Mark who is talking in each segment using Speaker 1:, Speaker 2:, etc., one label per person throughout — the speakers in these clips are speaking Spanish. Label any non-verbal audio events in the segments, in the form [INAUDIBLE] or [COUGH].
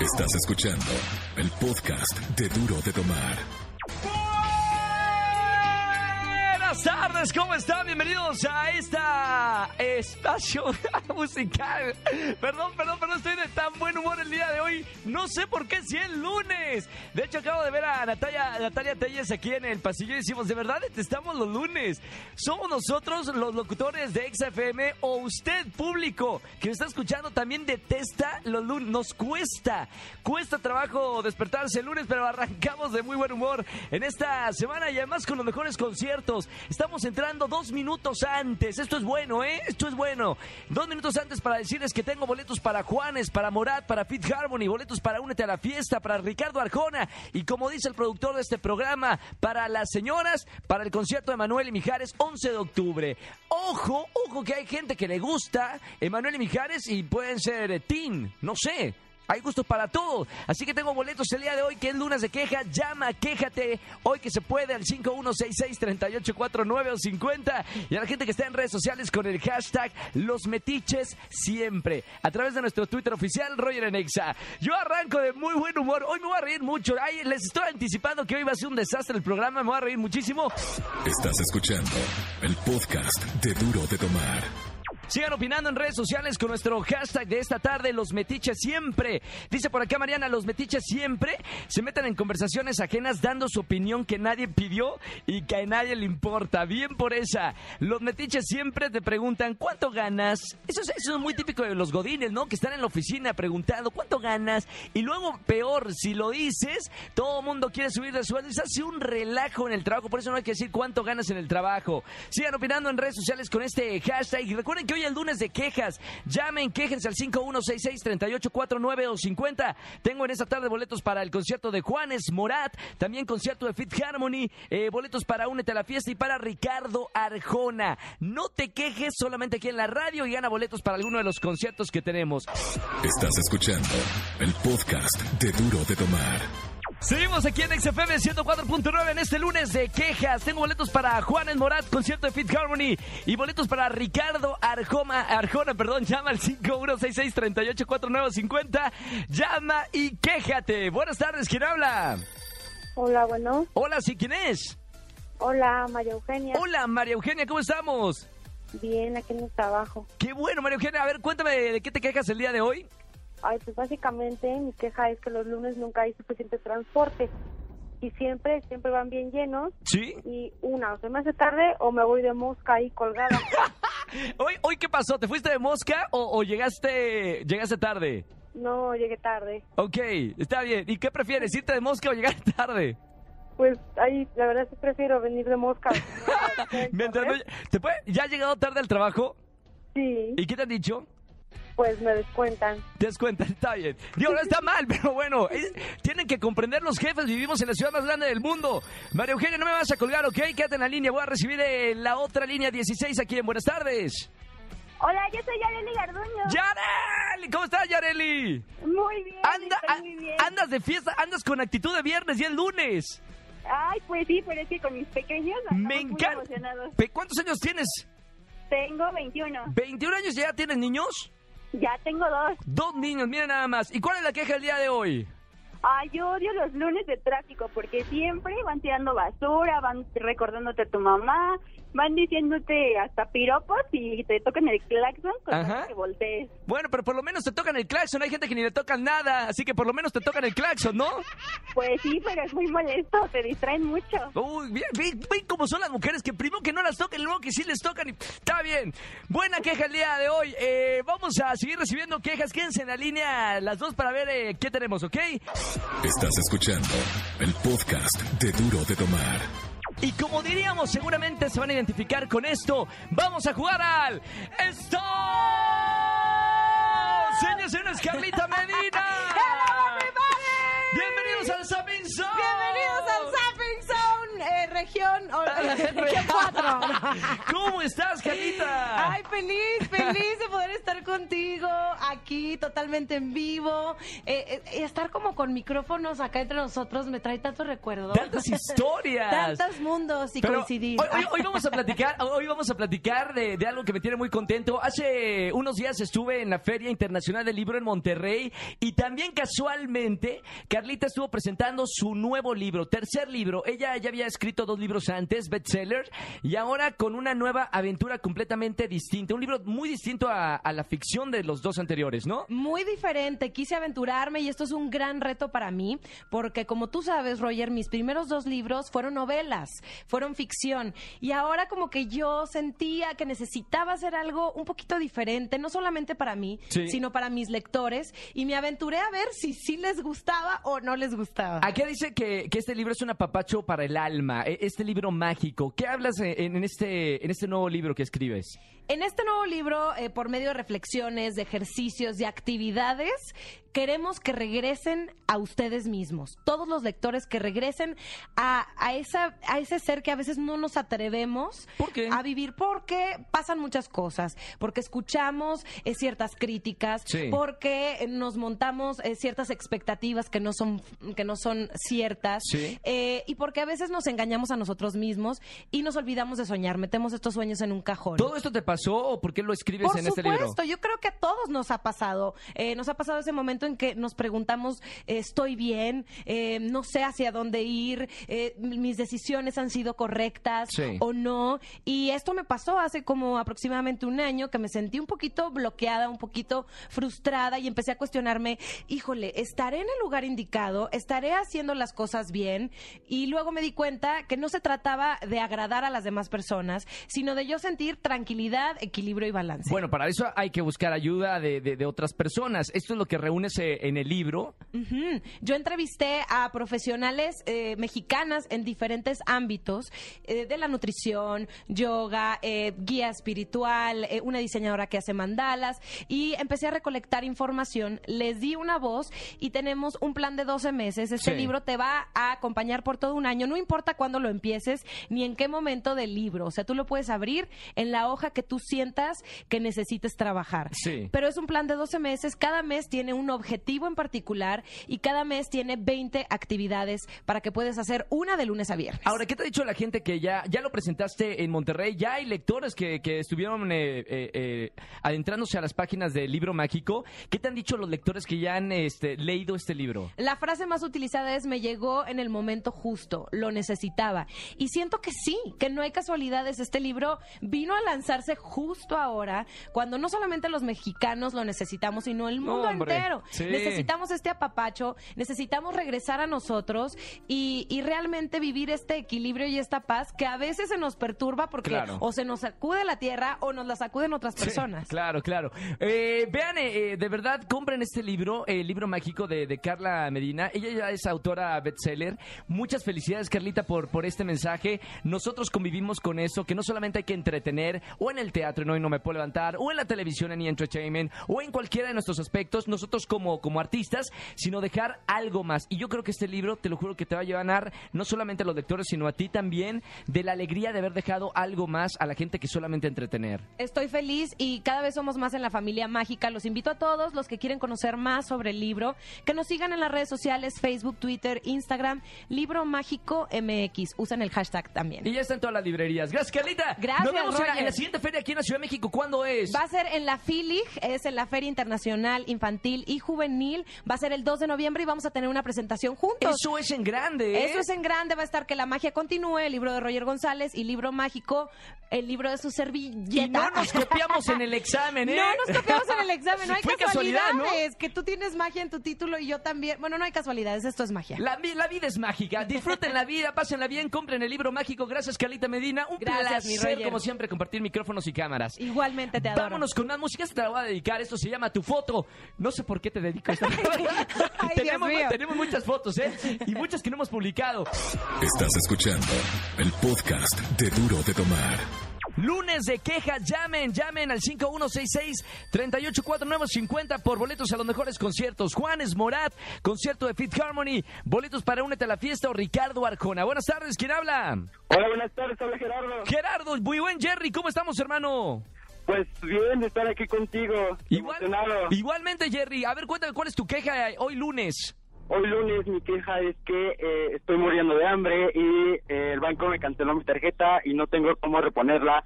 Speaker 1: Estás escuchando el podcast de Duro de Tomar.
Speaker 2: Buenas tardes, ¿cómo están? Bienvenidos a esta espacio [LAUGHS] musical. Perdón, perdón, perdón, estoy de tan buen humor el día de hoy. No sé por qué si es lunes. De hecho, acabo de ver a Natalia, a Natalia Telles aquí en el pasillo y decimos, de verdad estamos los lunes. Somos nosotros los locutores de XFM o usted, público, que me está escuchando también detesta los lunes. Nos cuesta, cuesta trabajo despertarse el lunes, pero arrancamos de muy buen humor en esta semana y además con los mejores conciertos. Estamos entrando dos minutos antes. Esto es bueno, ¿eh? Esto es bueno. Dos minutos antes para decirles que tengo boletos para Juanes, para Morat, para Fit Harmony, boletos para Únete a la Fiesta, para Ricardo Arjona y como dice el productor de este programa, para las señoras, para el concierto de Manuel y Mijares, 11 de octubre. Ojo, ojo que hay gente que le gusta Emanuel y Mijares y pueden ser eh, teen, no sé. Hay gustos para todos. Así que tengo boletos el día de hoy, que es lunes de queja. Llama, quéjate. Hoy que se puede al 5166-3849 o 50. Y a la gente que está en redes sociales con el hashtag Los Metiches Siempre. A través de nuestro Twitter oficial, Roger Enexa. Yo arranco de muy buen humor. Hoy me voy a reír mucho. Ay, les estoy anticipando que hoy va a ser un desastre el programa. Me voy a reír muchísimo.
Speaker 1: Estás escuchando el podcast de Duro de Tomar.
Speaker 2: Sigan opinando en redes sociales con nuestro hashtag de esta tarde, los metiches siempre. Dice por acá Mariana, los metiches siempre se meten en conversaciones ajenas dando su opinión que nadie pidió y que a nadie le importa. Bien por esa. Los metiches siempre te preguntan, ¿cuánto ganas? Eso es, eso es muy típico de los godines, ¿no? Que están en la oficina preguntando, ¿cuánto ganas? Y luego, peor, si lo dices, todo el mundo quiere subir de sueldo y se hace un relajo en el trabajo. Por eso no hay que decir cuánto ganas en el trabajo. Sigan opinando en redes sociales con este hashtag. Y recuerden que hoy es el lunes de quejas. Llamen, quejense al 5166-3849 o 50. Tengo en esta tarde boletos para el concierto de Juanes Morat, también concierto de Fit Harmony, eh, boletos para Únete a la Fiesta y para Ricardo Arjona. No te quejes solamente aquí en la radio y gana boletos para alguno de los conciertos que tenemos.
Speaker 1: Estás escuchando el podcast de Duro de Tomar.
Speaker 2: Seguimos aquí en XFM 104.9 en este lunes de quejas. Tengo boletos para Juan El Morat, concierto de Fit Harmony y boletos para Ricardo Arjoma, Arjona. Perdón, llama al 5166-384950. Llama y quéjate. Buenas tardes, ¿quién habla?
Speaker 3: Hola, bueno.
Speaker 2: Hola, ¿sí quién es?
Speaker 3: Hola, María Eugenia.
Speaker 2: Hola, María Eugenia, ¿cómo estamos?
Speaker 3: Bien, aquí en el trabajo.
Speaker 2: Qué bueno, María Eugenia. A ver, cuéntame de qué te quejas el día de hoy.
Speaker 3: Ay, pues básicamente mi queja es que los lunes nunca hay suficiente transporte. Y siempre, siempre van bien llenos.
Speaker 2: ¿Sí?
Speaker 3: Y una, o se me hace tarde o me voy de mosca ahí colgada.
Speaker 2: ¿Hoy, hoy qué pasó? ¿Te fuiste de mosca o, o llegaste, llegaste tarde?
Speaker 3: No, llegué tarde.
Speaker 2: Ok, está bien. ¿Y qué prefieres, irte de mosca o llegar [LAUGHS] tarde?
Speaker 3: Pues ahí, la verdad sí prefiero venir de mosca.
Speaker 2: [LAUGHS]
Speaker 3: ¿Eh?
Speaker 2: Mientras no- ¿Te puede- ¿Ya has llegado tarde al trabajo?
Speaker 3: Sí,
Speaker 2: ¿Y qué te han dicho?
Speaker 3: pues me descuentan.
Speaker 2: Te das cuenta, [LAUGHS] está bien. Digo, no está mal, [LAUGHS] pero bueno, es- tienen que comprender los jefes, vivimos en la ciudad más grande del mundo. María Eugenia, no me vas a colgar, ¿ok? Quédate en la línea, voy a recibir eh, la otra línea 16 aquí en Buenas Tardes.
Speaker 4: Hola, yo soy Yareli Garduño.
Speaker 2: ¡Yareli! ¿Cómo estás, Yareli?
Speaker 4: Muy bien,
Speaker 2: Anda,
Speaker 4: estoy muy bien.
Speaker 2: a- andas de fiesta, andas con actitud de viernes y el lunes.
Speaker 4: Ay, pues sí, pero es que con mis pequeños andamos
Speaker 2: Me
Speaker 4: muy
Speaker 2: encanta.
Speaker 4: emocionados.
Speaker 2: Pe- ¿Cuántos años tienes?
Speaker 4: Tengo 21.
Speaker 2: ¿21 años y ya tienes niños?
Speaker 4: Ya tengo dos.
Speaker 2: Dos niños, mira nada más. ¿Y cuál es la queja del día de hoy?
Speaker 4: Ay, yo odio los lunes de tráfico porque siempre van tirando basura, van recordándote a tu mamá, van diciéndote hasta piropos y te tocan el claxon con tal
Speaker 2: Ajá.
Speaker 4: que voltees.
Speaker 2: Bueno, pero por lo menos te tocan el claxon. Hay gente que ni le tocan nada, así que por lo menos te tocan el claxon, ¿no?
Speaker 4: Pues sí, pero es muy molesto, te distraen mucho.
Speaker 2: Uy, bien, ven, ven cómo son las mujeres que primero que no las tocan, luego que sí les tocan. y- Está bien. Buena queja el día de hoy. Eh, vamos a seguir recibiendo quejas. Quédense en la línea las dos para ver eh, qué tenemos, ¿ok?
Speaker 1: Estás escuchando el podcast de Duro de Tomar.
Speaker 2: Y como diríamos, seguramente se van a identificar con esto. Vamos a jugar al esto. Señores, señores, Carlita Medina. Bienvenidos al Zapping Zone. [LAUGHS]
Speaker 5: Bienvenidos al Zapping Zone, eh, región o- cuatro?
Speaker 2: ¿Cómo estás, Janita?
Speaker 5: Ay, feliz, feliz de poder estar contigo aquí totalmente en vivo. Eh, eh, estar como con micrófonos acá entre nosotros me trae tantos recuerdos.
Speaker 2: Tantas historias.
Speaker 5: Tantos mundos y
Speaker 2: Pero
Speaker 5: coincidir.
Speaker 2: Hoy, hoy- hoy vamos a platicar, hoy vamos a platicar de, de algo que me tiene muy contento. Hace unos días estuve en la Feria Internacional del Libro en Monterrey y también casualmente Carlita estuvo presentando su nuevo libro, tercer libro. Ella ya había escrito dos libros antes, bestseller, y ahora con una nueva aventura completamente distinta, un libro muy distinto a, a la ficción de los dos anteriores, ¿no?
Speaker 5: Muy diferente, quise aventurarme y esto es un gran reto para mí, porque como tú sabes, Roger, mis primeros dos libros fueron novelas, fueron ficción, y ahora como que yo sentía que necesitaba hacer algo un poquito diferente, no solamente para mí,
Speaker 2: Sí.
Speaker 5: sino para mis lectores, y me aventuré a ver si sí les gustaba o no les gustaba.
Speaker 2: Aquí dice que, que este libro es un apapacho para el alma, e- este libro mágico. ¿Qué hablas en, en este, en este nuevo libro que escribes?
Speaker 5: En este nuevo libro, eh, por medio de reflexiones, de ejercicios, de actividades, queremos que regresen a ustedes mismos. Todos los lectores que regresen a, a esa, a ese ser que a veces no nos atrevemos
Speaker 2: ¿Por qué?
Speaker 5: a vivir porque pasan muchas cosas, porque escuchamos eh, ciertas críticas,
Speaker 2: Sí.
Speaker 5: porque eh, nos montamos eh, ciertas expectativas que no son, que no son ciertas.
Speaker 2: Sí.
Speaker 5: eh, y porque a veces nos engañamos a nosotros mismos y nos olvidamos de soñar, metemos estos sueños en un cajón.
Speaker 2: ¿Todo esto te pasó o por qué lo escribes
Speaker 5: Por
Speaker 2: en este
Speaker 5: supuesto,
Speaker 2: libro?
Speaker 5: yo creo que a todos nos ha pasado. Eh, nos ha pasado ese momento en que nos preguntamos, eh, ¿estoy bien? Eh, no sé hacia dónde ir, Eh, mis decisiones han sido correctas
Speaker 2: Sí.
Speaker 5: o no. Y esto me pasó hace como aproximadamente un año que me sentí un poquito bloqueada, un poquito frustrada y empecé a cuestionarme, híjole, ¿estaré en el lugar indicado? ¿Estaré haciendo las cosas bien? Y luego me di cuenta que no se trataba de agradar a las demás personas, sino de yo sentir tranquilidad, equilibrio y balance.
Speaker 2: Bueno, para eso hay que buscar ayuda de, de- de otras personas. Esto es lo que reúnes eh, en el libro.
Speaker 5: Ujú. Yo entrevisté a profesionales eh, mexicanas en diferentes ámbitos eh, de la nutrición, yoga, eh, guía espiritual, eh, una diseñadora que hace mandalas y empecé a recolectar información, les di una voz y tenemos un plan de 12 meses. Este
Speaker 2: Sí.
Speaker 5: libro te va a acompañar por todo un año, no importa cuándo lo empieces ni en qué momento del libro, o sea, tú lo puedes abrir en la hoja que tú sientas que necesites trabajar.
Speaker 2: Sí.
Speaker 5: Pero es un plan de 12 meses. Cada mes tiene un objetivo en particular y cada mes tiene 20 actividades para que puedes hacer una de lunes a viernes.
Speaker 2: Ahora, ¿qué te ha dicho la gente que ya, ya lo presentaste en Monterrey? Ya hay lectores que, que estuvieron eh, eh, eh, adentrándose a las páginas del libro mágico. ¿Qué te han dicho los lectores que ya han este, leído este libro?
Speaker 5: La frase más utilizada es me llegó en el momento justo, lo necesitaba. Y siento que sí, que no hay casualidades. Este libro vino a lanzarse justo ahora, cuando no solamente los mexicanos lo necesitamos, sino el mundo
Speaker 2: Hombre,
Speaker 5: entero.
Speaker 2: sí.
Speaker 5: Necesitamos este apapacho, necesitamos regresar a nosotros y, y realmente vivir este equilibrio y esta paz que a veces se nos perturba porque
Speaker 2: Claro.
Speaker 5: o se nos sacude la tierra o nos la sacuden otras
Speaker 2: Sí,
Speaker 5: personas.
Speaker 2: claro, claro. Eh, vean, eh, eh, de verdad, compren este libro, el libro mágico de, de Carla Medina. Ella ya es autora bestseller. Muchas felicidades, Carlita, por, por este mensaje. Nosotros convivimos con eso, que no solamente hay que entretener, o en el teatro, no, y no me puedo levantar, o en la televisión, en Entertainment, o en cualquiera de nuestros aspectos, nosotros como, como artistas, sino dejar algo más. Y yo creo que este libro, te lo juro que te va a llevar no solamente a los lectores, sino a ti también, de la alegría de haber dejado algo más a la gente que solamente entretener.
Speaker 5: Estoy feliz y cada vez somos más en la familia mágica. Los invito a todos los que quieren conocer más sobre el libro, que nos sigan en las redes sociales, Facebook, Twitter, Instagram, Libro Mágico MX. Usen el hashtag
Speaker 2: Y
Speaker 5: también.
Speaker 2: ya está en todas las librerías. Gracias, Carlita.
Speaker 5: Gracias,
Speaker 2: Nos vemos en la,
Speaker 5: Roger.
Speaker 2: en la siguiente feria aquí en la Ciudad de México. ¿Cuándo es?
Speaker 5: Va a ser en la FILIG, es en la Feria Internacional Infantil y Juvenil. Va a ser el 2 de noviembre y vamos a tener una presentación juntos.
Speaker 2: Eso es en grande. ¿eh?
Speaker 5: Eso es en grande, va a estar que la magia continúe, el libro de Roger González y libro mágico, el libro de su servilleta.
Speaker 2: Y no
Speaker 5: [LAUGHS]
Speaker 2: nos copiamos en el examen, ¿eh?
Speaker 5: No nos
Speaker 2: [LAUGHS]
Speaker 5: copiamos en el examen, no hay
Speaker 2: Fue
Speaker 5: casualidades.
Speaker 2: casualidad, ¿no?
Speaker 5: Que tú tienes magia en tu título y yo también. Bueno, no hay casualidades, esto es magia.
Speaker 2: La, vi- la vida es mágica. Disfruten la vida, pásenla bien, compren el libro mágico. Gracias, Carlita Medina. Un
Speaker 5: Gracias, mi
Speaker 2: placer,
Speaker 5: Roger.
Speaker 2: como siempre, compartir micrófonos y cámaras.
Speaker 5: Igualmente te adoro.
Speaker 2: Vámonos con más música, esta te la voy a dedicar. Esto se llama Tu Foto. No sé por qué te dedico [LAUGHS]
Speaker 5: [LAUGHS]
Speaker 2: esta.
Speaker 5: Dios
Speaker 2: tenemos,
Speaker 5: mío.
Speaker 2: tenemos muchas fotos, ¿eh? Y muchas que no hemos publicado.
Speaker 1: Estás escuchando el podcast de Duro de Tomar.
Speaker 2: Lunes de quejas, llamen, llamen al 5166-384950 por boletos a los mejores conciertos. Juanes Morat, concierto de Fit Harmony, boletos para Únete a la Fiesta o Ricardo Arjona. Buenas tardes, ¿quién habla?
Speaker 6: Hola, buenas tardes, habla Gerardo.
Speaker 2: Gerardo, muy buen Jerry, ¿cómo estamos, hermano?
Speaker 6: Pues bien de estar aquí contigo,
Speaker 2: Igual-
Speaker 6: emocionado.
Speaker 2: igualmente, Jerry. A ver, cuéntame cuál es tu queja eh, hoy lunes.
Speaker 6: Hoy lunes mi queja es que eh, estoy muriendo de hambre y eh, el banco me canceló mi tarjeta y no tengo cómo reponerla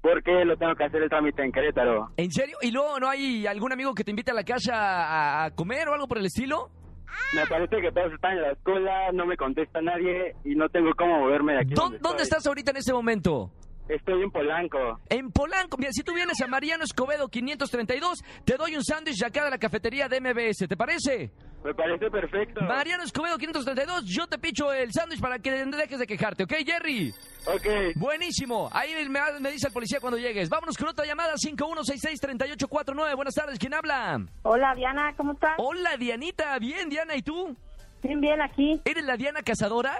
Speaker 6: porque lo tengo que hacer el trámite en Querétaro.
Speaker 2: ¿En serio? ¿Y luego no hay algún amigo que te invite a la casa a, a comer o algo por el estilo? Ah.
Speaker 6: Me parece que todos están en la escuela, no me contesta nadie y no tengo cómo moverme de aquí.
Speaker 2: ¿Dó- ¿Dónde,
Speaker 6: estoy.
Speaker 2: estás ahorita en este momento?
Speaker 6: Estoy en Polanco.
Speaker 2: En Polanco. Mira, si tú vienes a Mariano Escobedo 532, te doy un sándwich de acá de la cafetería de MBS. ¿Te parece?
Speaker 6: Me parece perfecto.
Speaker 2: Mariano Escobedo 532, yo te picho el sándwich para que dejes de quejarte, ¿ok, Jerry?
Speaker 6: Ok.
Speaker 2: Buenísimo. Ahí me, me dice el policía cuando llegues. Vámonos con otra llamada, 5166-3849. Buenas tardes, ¿quién habla?
Speaker 3: Hola, Diana, ¿cómo estás?
Speaker 2: Hola, Dianita. Bien, Diana, ¿y tú?
Speaker 3: Bien, bien, aquí.
Speaker 2: ¿Eres la Diana cazadora?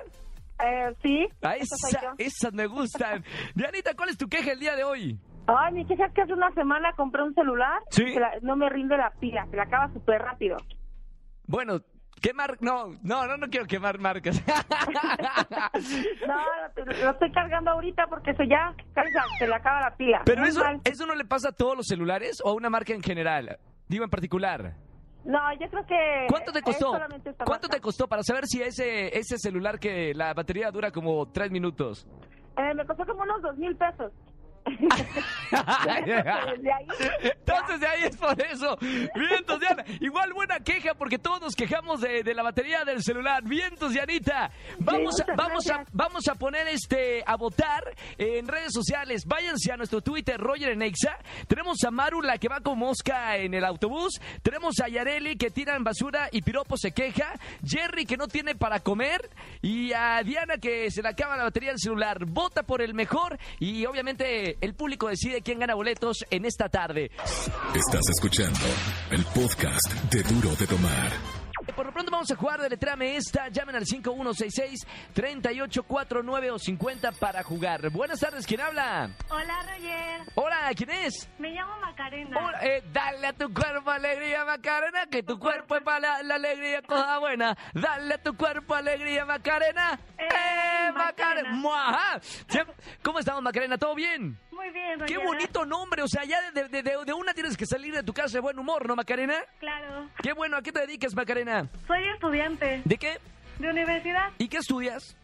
Speaker 3: Eh, sí,
Speaker 2: Ah,
Speaker 3: esa soy
Speaker 2: esa,
Speaker 3: yo.
Speaker 2: esas me
Speaker 3: [LAUGHS]
Speaker 2: gustan. Dianita, ¿cuál es tu queja el día de hoy?
Speaker 3: Ay, mi queja es que hace una semana compré un celular.
Speaker 2: Sí.
Speaker 3: y se la- no me rinde la pila, se la acaba súper rápido.
Speaker 2: Bueno, quemar... No, no, no, no quiero quemar marcas. [LAUGHS]
Speaker 3: No, lo, lo estoy cargando ahorita porque se ya, carga, se le acaba la pila.
Speaker 2: Pero
Speaker 3: Muy
Speaker 2: eso,
Speaker 3: mal.
Speaker 2: eso no le pasa a todos los celulares o a una marca en general. Digo en particular.
Speaker 3: No, yo creo que...
Speaker 2: ¿Cuánto te
Speaker 3: Eh, es
Speaker 2: costó?
Speaker 3: solamente esta
Speaker 2: ¿Cuánto
Speaker 3: marca.
Speaker 2: te costó para saber si ese, ese celular que la batería dura como tres
Speaker 3: [LAUGHS]
Speaker 2: minutos?
Speaker 3: Eh, me costó como unos dos
Speaker 2: [LAUGHS]
Speaker 3: mil pesos. Desde ahí,
Speaker 2: Entonces de ahí es por eso. Vientos, Diana. Igual buena queja porque todos nos quejamos de, de la batería del celular. Vientos, Dianita. Vamos, a,
Speaker 3: muchas
Speaker 2: vamos, a,
Speaker 3: gracias.
Speaker 2: vamos a poner este a votar en redes sociales. Váyanse a nuestro Twitter, Roger en Exa. Tenemos a Maru, la que va con mosca en el autobús. Tenemos a Yareli, que tira en basura y piropo se queja. Jerry, que no tiene para comer. Y a Diana, que se le acaba la batería del celular. Vota por el mejor. Y obviamente el público decide quién gana boletos en esta tarde.
Speaker 1: Estás escuchando el podcast de Duro de Tomar.
Speaker 2: Eh, Por lo pronto vamos a jugar de letrame esta. Llamen al 5166-3849 o 50 para jugar. Buenas tardes, ¿quién habla?
Speaker 7: Hola Roger,
Speaker 2: Hola, ¿quién es?
Speaker 7: me llamo Macarena.
Speaker 2: Hola, eh, dale a tu cuerpo alegría, Macarena, que tu cuerpo es para la, la alegría, cosa buena. Dale a tu cuerpo alegría, Macarena.
Speaker 7: Eh,
Speaker 2: ¡Eh, Macarena!
Speaker 7: Macarena.
Speaker 2: ¡Muajá! Siem- ¿Cómo estamos, Macarena? ¿Todo bien?
Speaker 7: Muy bien, Roger.
Speaker 2: ¡Qué bonito nombre! O sea, ya de, de- de- de una tienes que salir de tu casa de buen humor, ¿no, Macarena?
Speaker 7: Claro,
Speaker 2: ¡Qué bueno! ¿A qué te dedicas, Macarena?
Speaker 7: soy estudiante
Speaker 2: ¿De qué?
Speaker 7: de universidad,
Speaker 2: ¿Y qué estudias?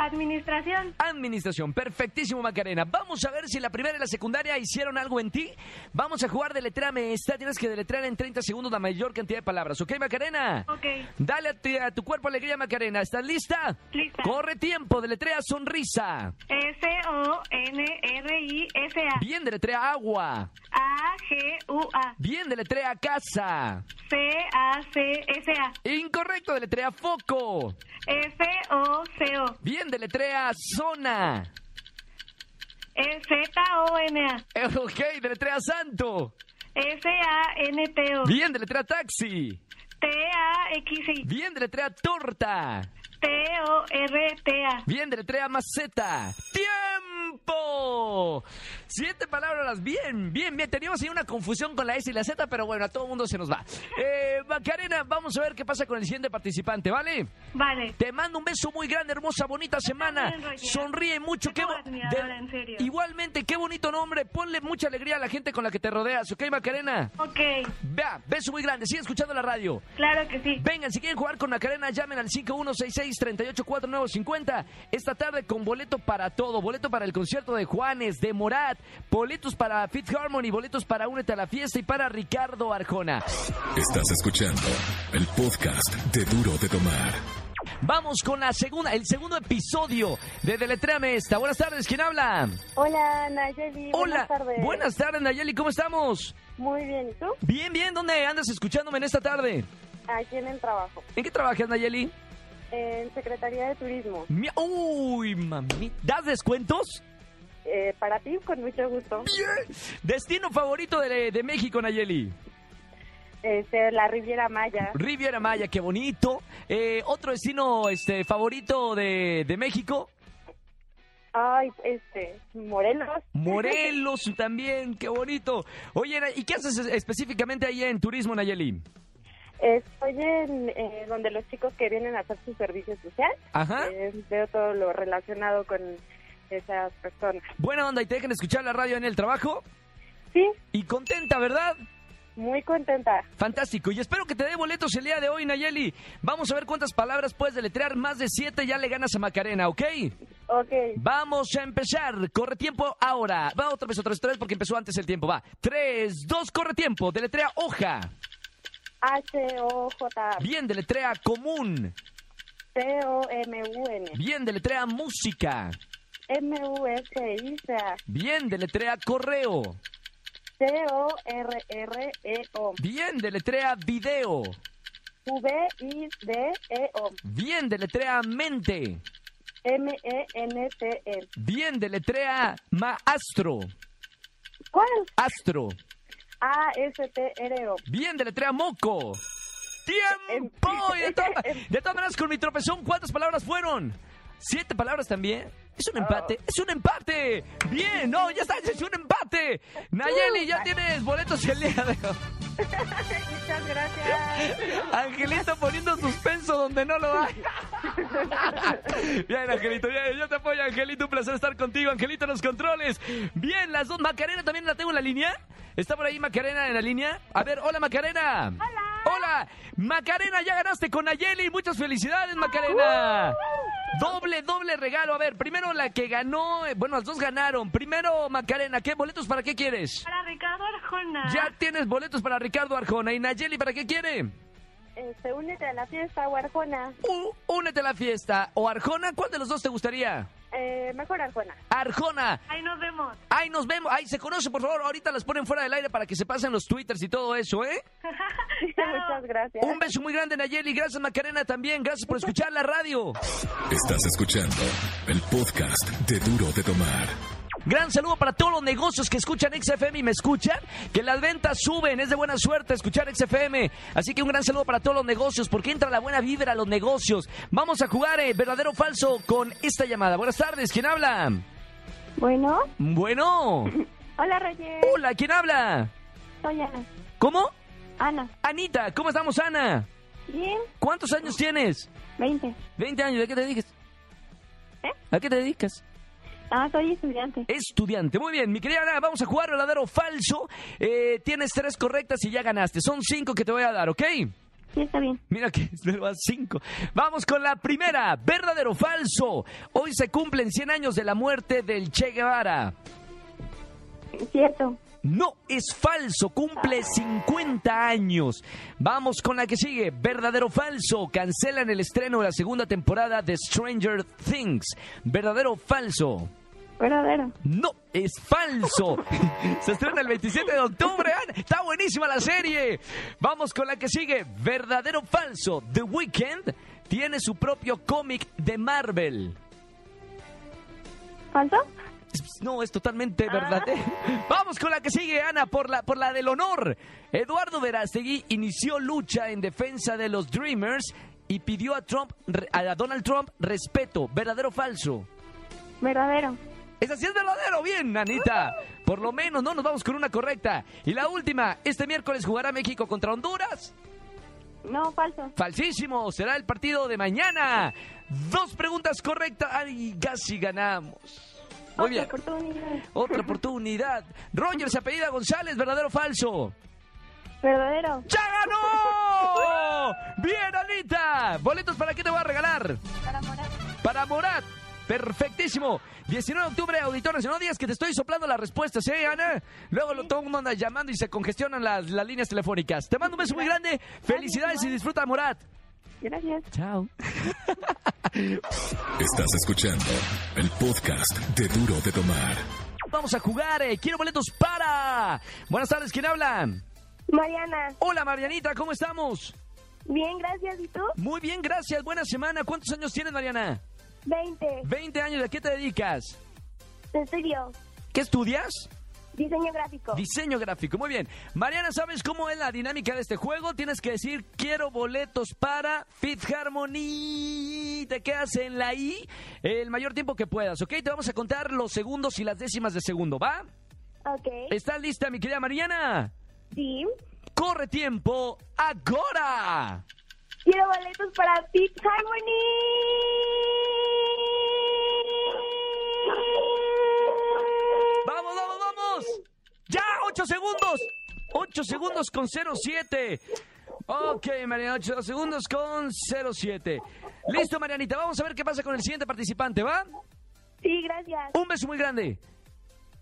Speaker 7: administración.
Speaker 2: Administración, perfectísimo Macarena. Vamos a ver si la primera y la secundaria hicieron algo en ti. Vamos a jugar deletrame esta. Tienes que deletrear en 30 segundos la mayor cantidad de palabras. ¿Ok, Macarena?
Speaker 7: Ok,
Speaker 2: Dale a ti- a tu, cuerpo alegría, Macarena. ¿Estás lista?
Speaker 7: Lista.
Speaker 2: Corre tiempo, deletrea sonrisa.
Speaker 7: S-O-N-R-I-S-A.
Speaker 2: Bien, deletrea agua.
Speaker 7: A-G-U-A.
Speaker 2: Bien, deletrea casa.
Speaker 7: C-A-C-S-A.
Speaker 2: Incorrecto, deletrea foco.
Speaker 7: F-O-C-O.
Speaker 2: Bien, deletrea zona.
Speaker 7: E- Z-O-N-A.
Speaker 2: Eh, Ok, deletrea santo.
Speaker 7: S-A-N-T-O.
Speaker 2: Bien, deletrea taxi.
Speaker 7: T-A-X-I.
Speaker 2: Bien, deletrea torta.
Speaker 7: T-O-R-T-A.
Speaker 2: Bien, deletrea maceta. ¡Tiempo! Siete palabras. Bien, bien, bien. Teníamos ahí una confusión con la S y la Z, pero bueno, a todo mundo se nos va. Eh, Macarena, vamos a ver qué pasa con el siguiente participante, ¿vale?
Speaker 7: Vale.
Speaker 2: Te mando un beso muy grande, hermosa, bonita semana.
Speaker 7: también, Roger.
Speaker 2: Sonríe mucho.
Speaker 7: Eres
Speaker 2: Qué
Speaker 7: una
Speaker 2: bo-
Speaker 7: admiradora, en serio.
Speaker 2: Igualmente, qué bonito nombre. Ponle mucha alegría a la gente con la que te rodeas, ¿ok, Macarena?
Speaker 7: Ok,
Speaker 2: Vea, beso muy grande. Sigue escuchando la radio.
Speaker 7: claro que sí.
Speaker 2: Vengan, si quieren jugar con Macarena, llamen al 5166-384950. Esta tarde con boleto para todo. Boleto para el concierto de Juanes, de Morat, boletos para Fit Harmony, boletos para Únete a la Fiesta y para Ricardo Arjona.
Speaker 1: Estás escuchando el podcast de Duro de Tomar.
Speaker 2: Vamos con la segunda, el segundo episodio de Deletréame Esta. Buenas tardes, ¿quién habla?
Speaker 3: Hola, Nayeli.
Speaker 2: Hola.
Speaker 3: Buenas tardes.
Speaker 2: Buenas tardes, Nayeli, ¿cómo estamos?
Speaker 3: Muy bien, ¿y tú?
Speaker 2: Bien, bien, ¿dónde andas escuchándome en esta tarde?
Speaker 3: Aquí en el trabajo,
Speaker 2: ¿En qué trabajas, Nayeli?
Speaker 3: en Secretaría de Turismo.
Speaker 2: Mi- Uy, mami. ¿Das descuentos?
Speaker 3: Eh, para ti, con mucho gusto.
Speaker 2: Destino favorito de, de México, Nayeli.
Speaker 3: Este, la Riviera Maya.
Speaker 2: Riviera Maya, qué bonito. Eh, otro destino este, favorito de, de México.
Speaker 3: Ay, este, Morelos.
Speaker 2: Morelos también, qué bonito. Oye, Nay- ¿y qué haces es- específicamente ahí en Turismo Nayeli?
Speaker 3: Estoy en eh, donde los chicos que vienen a hacer su servicio social.
Speaker 2: Ajá.
Speaker 3: eh, veo todo lo relacionado con esas personas.
Speaker 2: Buena onda, y te dejan escuchar la radio en el trabajo.
Speaker 3: Sí,
Speaker 2: Y contenta, ¿verdad?
Speaker 3: muy contenta.
Speaker 2: Fantástico. Y espero que te dé boletos el día de hoy, Nayeli. Vamos a ver cuántas palabras puedes deletrear. Más de siete ya le ganas a Macarena, ¿ok?
Speaker 3: Ok,
Speaker 2: Vamos a empezar. Corre tiempo ahora. Va otra vez, otra vez, otra vez, porque empezó antes el tiempo. Va. Tres, dos, corre tiempo. Deletrea hoja.
Speaker 3: H-O-J,
Speaker 2: Bien, deletrea común.
Speaker 3: C-O-M-U-N,
Speaker 2: Bien, deletrea música.
Speaker 3: M-U-S-I-C-A,
Speaker 2: Bien, deletrea correo.
Speaker 3: C-O-R-R-E-O,
Speaker 2: Bien, deletrea video.
Speaker 3: V-I-D-E-O,
Speaker 2: Bien, deletrea mente.
Speaker 3: M-E-N-T-E.
Speaker 2: Bien, deletrea maastro.
Speaker 3: ¿Cuál?
Speaker 2: Astro.
Speaker 3: A-S-T-R-O.
Speaker 2: Bien, deletrea moco. ¡Tiempo! Y de, to- de todas maneras, con mi tropezón, ¿cuántas palabras fueron? ¿Siete palabras también? Es un empate, es un empate. Bien, no, ya está, es un empate. Nayeli, ya tienes boletos el día de hoy.
Speaker 3: Muchas gracias.
Speaker 2: Angelito poniendo suspenso donde no lo hay. Bien, Angelito, bien, yo te apoyo, Angelito. Un placer estar contigo, Angelito, en los controles. Bien, las dos. Macarena también la tengo en la línea. ¿Está por ahí Macarena en la línea? A ver, hola Macarena. Hola. Hola. Macarena, ya ganaste con Ayeli. Muchas felicidades, Macarena. Doble, doble regalo. A ver, primero la que ganó. eh, Bueno, las dos ganaron. Primero, Macarena, ¿qué boletos para qué quieres?
Speaker 7: Para Ricardo Arjona.
Speaker 2: Ya tienes boletos para Ricardo Arjona. ¿Y Nayeli para qué quiere?
Speaker 3: Este, únete a la fiesta, Guarjona.
Speaker 2: Ú- únete a la fiesta. O Arjona, ¿cuál de los dos te gustaría?
Speaker 3: Eh, mejor Arjona. [LAUGHS]
Speaker 2: Arjona.
Speaker 7: Ahí nos vemos.
Speaker 2: Ay, nos vemos. Ay, se conoce, por favor. Ahorita las ponen fuera del aire para que se pasen los twitters y todo eso, ¿eh?
Speaker 3: Muchas gracias.
Speaker 2: Un beso muy grande, Nayeli. Gracias, Macarena, también. Gracias por escuchar la radio.
Speaker 1: Estás escuchando el podcast de Duro de Tomar.
Speaker 2: Gran saludo para todos los negocios que escuchan XFM y me escuchan. Que las ventas suben, es de buena suerte escuchar XFM. Así que un gran saludo para todos los negocios, porque entra la buena vibra a los negocios. Vamos a jugar eh, verdadero o falso con esta llamada. Buenas tardes, ¿quién habla?
Speaker 3: Bueno,
Speaker 2: Bueno.
Speaker 3: hola Reyes.
Speaker 2: Hola, ¿quién habla?
Speaker 3: Soy Ana.
Speaker 2: ¿Cómo?
Speaker 3: Ana,
Speaker 2: Anita, ¿cómo estamos, Ana?
Speaker 3: bien,
Speaker 2: ¿Cuántos años tienes?
Speaker 3: 20.
Speaker 2: 20 años, ¿a qué te dedicas? ¿A qué te dedicas?
Speaker 3: Ah, soy estudiante.
Speaker 2: Estudiante. Muy bien, mi querida Ana, vamos a jugar verdadero o falso. Eh, tienes tres correctas y ya ganaste. Son cinco que te voy a dar, ¿ok?
Speaker 3: Sí, está bien.
Speaker 2: Mira que [LAUGHS] es verdad, cinco. Vamos con la primera. ¿Verdadero o falso? Hoy se cumplen 100 años de la muerte del Che Guevara.
Speaker 3: Cierto.
Speaker 2: No, es falso, cumple 50 años. Vamos con la que sigue. Verdadero o falso, cancelan el estreno de la segunda temporada de Stranger Things. Verdadero o falso.
Speaker 3: Verdadero.
Speaker 2: No, es falso. Se estrena el 27 de octubre. Ana. Está buenísima la serie. Vamos con la que sigue. Verdadero o falso, The Weeknd tiene su propio cómic de Marvel.
Speaker 3: ¿Falso?
Speaker 2: No, es totalmente verdad. ¿eh? [LAUGHS] Vamos con la que sigue, Ana, por la, por la del honor. Eduardo Verástegui inició lucha en defensa de los Dreamers y pidió a Trump, re- a Donald Trump respeto, verdadero o falso.
Speaker 3: Verdadero.
Speaker 2: Esa sí es verdadero, bien, Anita. Por lo menos no nos vamos con una correcta. Y la última, este miércoles jugará México contra Honduras.
Speaker 3: No, falso.
Speaker 2: Falsísimo, será el partido de mañana. Dos preguntas correctas. Ay, casi ganamos. Muy bien. Otra oportunidad. Roger se apellida González, ¿verdadero o falso?
Speaker 3: Verdadero.
Speaker 2: ¡Ya ganó! ¡Bien, Anita! ¿Boletos para qué te voy a regalar?
Speaker 3: Para Morat.
Speaker 2: Para Morat. Perfectísimo. 19 de octubre, auditores. No digas que te estoy soplando las respuestas, ¿eh, Ana? Luego lo todo el mundo anda llamando y se congestionan las, las líneas telefónicas. Te mando un beso muy grande. Felicidades y disfruta, Morat.
Speaker 3: Gracias.
Speaker 2: Chao.
Speaker 1: Estás escuchando el podcast de Duro de Tomar.
Speaker 2: Vamos a jugar. eh. Quiero boletos para. Buenas tardes, ¿quién habla?
Speaker 3: Mariana,
Speaker 2: Hola, Marianita, ¿cómo estamos?
Speaker 3: bien, gracias. ¿Y tú?
Speaker 2: Muy bien, gracias. Buena semana. ¿Cuántos años tienes, Mariana?
Speaker 3: 20.
Speaker 2: 20 años. ¿A qué te dedicas?
Speaker 3: Te estudio.
Speaker 2: ¿Qué estudias?
Speaker 3: Diseño gráfico.
Speaker 2: Diseño gráfico, muy bien. Mariana, ¿sabes cómo es la dinámica de este juego? Tienes que decir, quiero boletos para Fit Harmony. Te quedas en la I el mayor tiempo que puedas, ¿ok? Te vamos a contar los segundos y las décimas de segundo, ¿va?
Speaker 3: ok.
Speaker 2: ¿Estás lista, mi querida Mariana?
Speaker 3: Sí.
Speaker 2: ¡Corre tiempo! ¡Agora!
Speaker 3: Quiero boletos para Fit Harmony.
Speaker 2: ¡Vamos, vamos, vamos! ¡Ya! ¡Ocho segundos! ¡Ocho segundos con 07! Ok, Mariana, ocho segundos con 07. Listo, Marianita, vamos a ver qué pasa con el siguiente participante, ¿va?
Speaker 3: Sí, gracias.
Speaker 2: Un beso muy grande.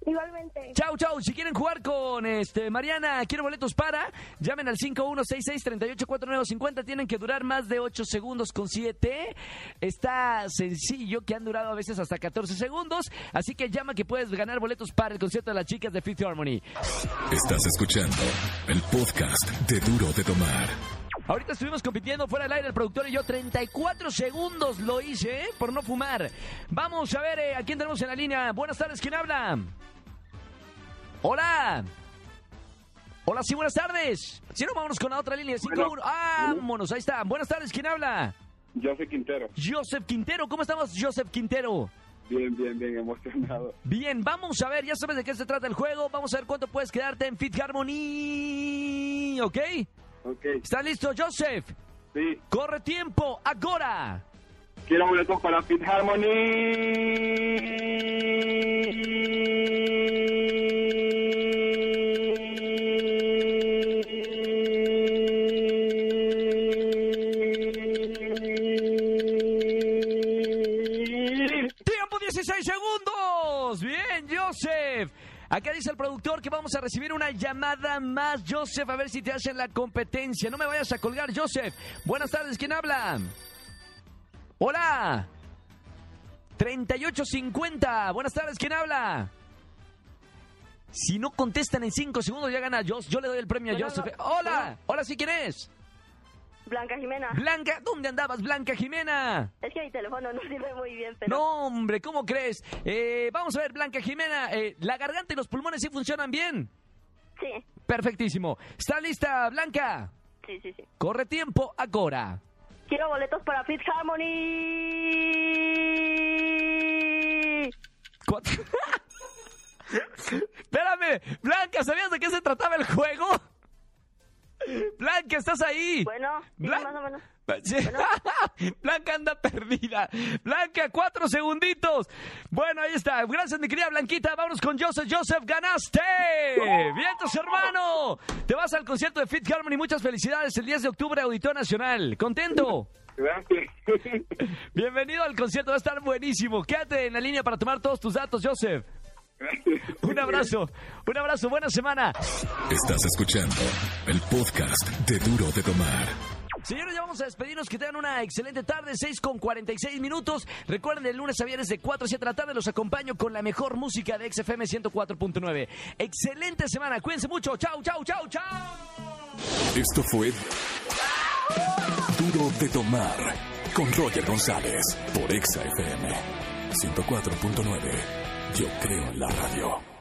Speaker 3: Igualmente.
Speaker 2: Chau, chau. Si quieren jugar con este Mariana, quiero boletos para. Llamen al 5166-384950. Tienen que durar más de 8 segundos con 7. Está sencillo, que han durado a veces hasta 14 segundos. Así que llama que puedes ganar boletos para el concierto de las chicas de Fifth Harmony.
Speaker 1: Estás escuchando el podcast de Duro de Tomar.
Speaker 2: Ahorita estuvimos compitiendo fuera del aire el productor y yo. 34 segundos lo hice ¿eh? por no fumar. Vamos a ver eh, a quién tenemos en la línea. Buenas tardes, ¿quién habla? Hola. Hola, sí, buenas tardes. Si no, vámonos con la otra línea. Cinco,
Speaker 8: Bueno.
Speaker 2: uno. Vámonos, ahí está. Buenas tardes, ¿quién habla?
Speaker 8: José Quintero.
Speaker 2: Joseph Quintero. ¿Cómo estamos, Joseph Quintero?
Speaker 8: Bien, bien, bien emocionado.
Speaker 2: Bien, vamos a ver, ya sabes de qué se trata el juego. Vamos a ver cuánto puedes quedarte en Fit Harmony. ¿Ok?
Speaker 8: Ok,
Speaker 2: ¿Estás listo, Joseph?
Speaker 8: sí.
Speaker 2: Corre tiempo, ahora.
Speaker 8: Quiero boletos para Fit Harmony.
Speaker 2: ¡Tiempo 16 segundos! Bien, Joseph. Acá dice el productor que vamos a recibir una llamada más, Joseph, a ver si te hacen la competencia. No me vayas a colgar, Joseph. Buenas tardes, ¿quién habla? Hola. 3850. Buenas tardes, ¿quién habla? Si no contestan en 5 segundos ya gana Joseph. Yo le doy el premio a Joseph. Hola. Hola, ¿sí quién es?
Speaker 4: Blanca Jimena,
Speaker 2: Blanca, ¿dónde andabas, Blanca Jimena?
Speaker 4: es que mi teléfono no sirve muy bien,
Speaker 2: No, hombre, ¿cómo crees? Eh, vamos a ver, Blanca Jimena, eh, la garganta y los pulmones sí funcionan bien.
Speaker 4: sí,
Speaker 2: Perfectísimo. ¿Está lista, Blanca?
Speaker 4: sí, sí, sí.
Speaker 2: Corre tiempo, ahora.
Speaker 4: Quiero boletos para Fit Harmony.
Speaker 2: Cuatro- [LAUGHS] Espérame, Blanca, ¿sabías de qué se trataba el juego? Blanca, ¿estás ahí?
Speaker 4: Bueno, sí,
Speaker 2: [LAUGHS] Blan-
Speaker 4: más o menos.
Speaker 2: Sí. [LAUGHS] Blanca anda perdida. Blanca, cuatro segunditos. Bueno, ahí está. Gracias, mi querida Blanquita. Vámonos con Joseph. Joseph, ganaste. Vientos, hermano. Te vas al concierto de Fit Harmony. Muchas felicidades. El 10 de octubre, Auditor Nacional. ¿Contento?
Speaker 8: Gracias. [LAUGHS]
Speaker 2: Bienvenido al concierto. Va a estar buenísimo. Quédate en la línea para tomar todos tus datos, Joseph.
Speaker 8: Gracias.
Speaker 2: Un abrazo. Un abrazo. Buena semana.
Speaker 1: Estás escuchando el podcast de Duro de Tomar.
Speaker 2: Señores, ya vamos a despedirnos. Que tengan una excelente tarde, 6 con 46 minutos. Recuerden, el lunes a viernes de 4 a 7 de la tarde los acompaño con la mejor música de XFM 104.9. Excelente semana, cuídense mucho. Chau, chau, chau, chau.
Speaker 1: Esto fue Duro de Tomar con Roger González por Exa FM 104.9. Yo creo en la radio.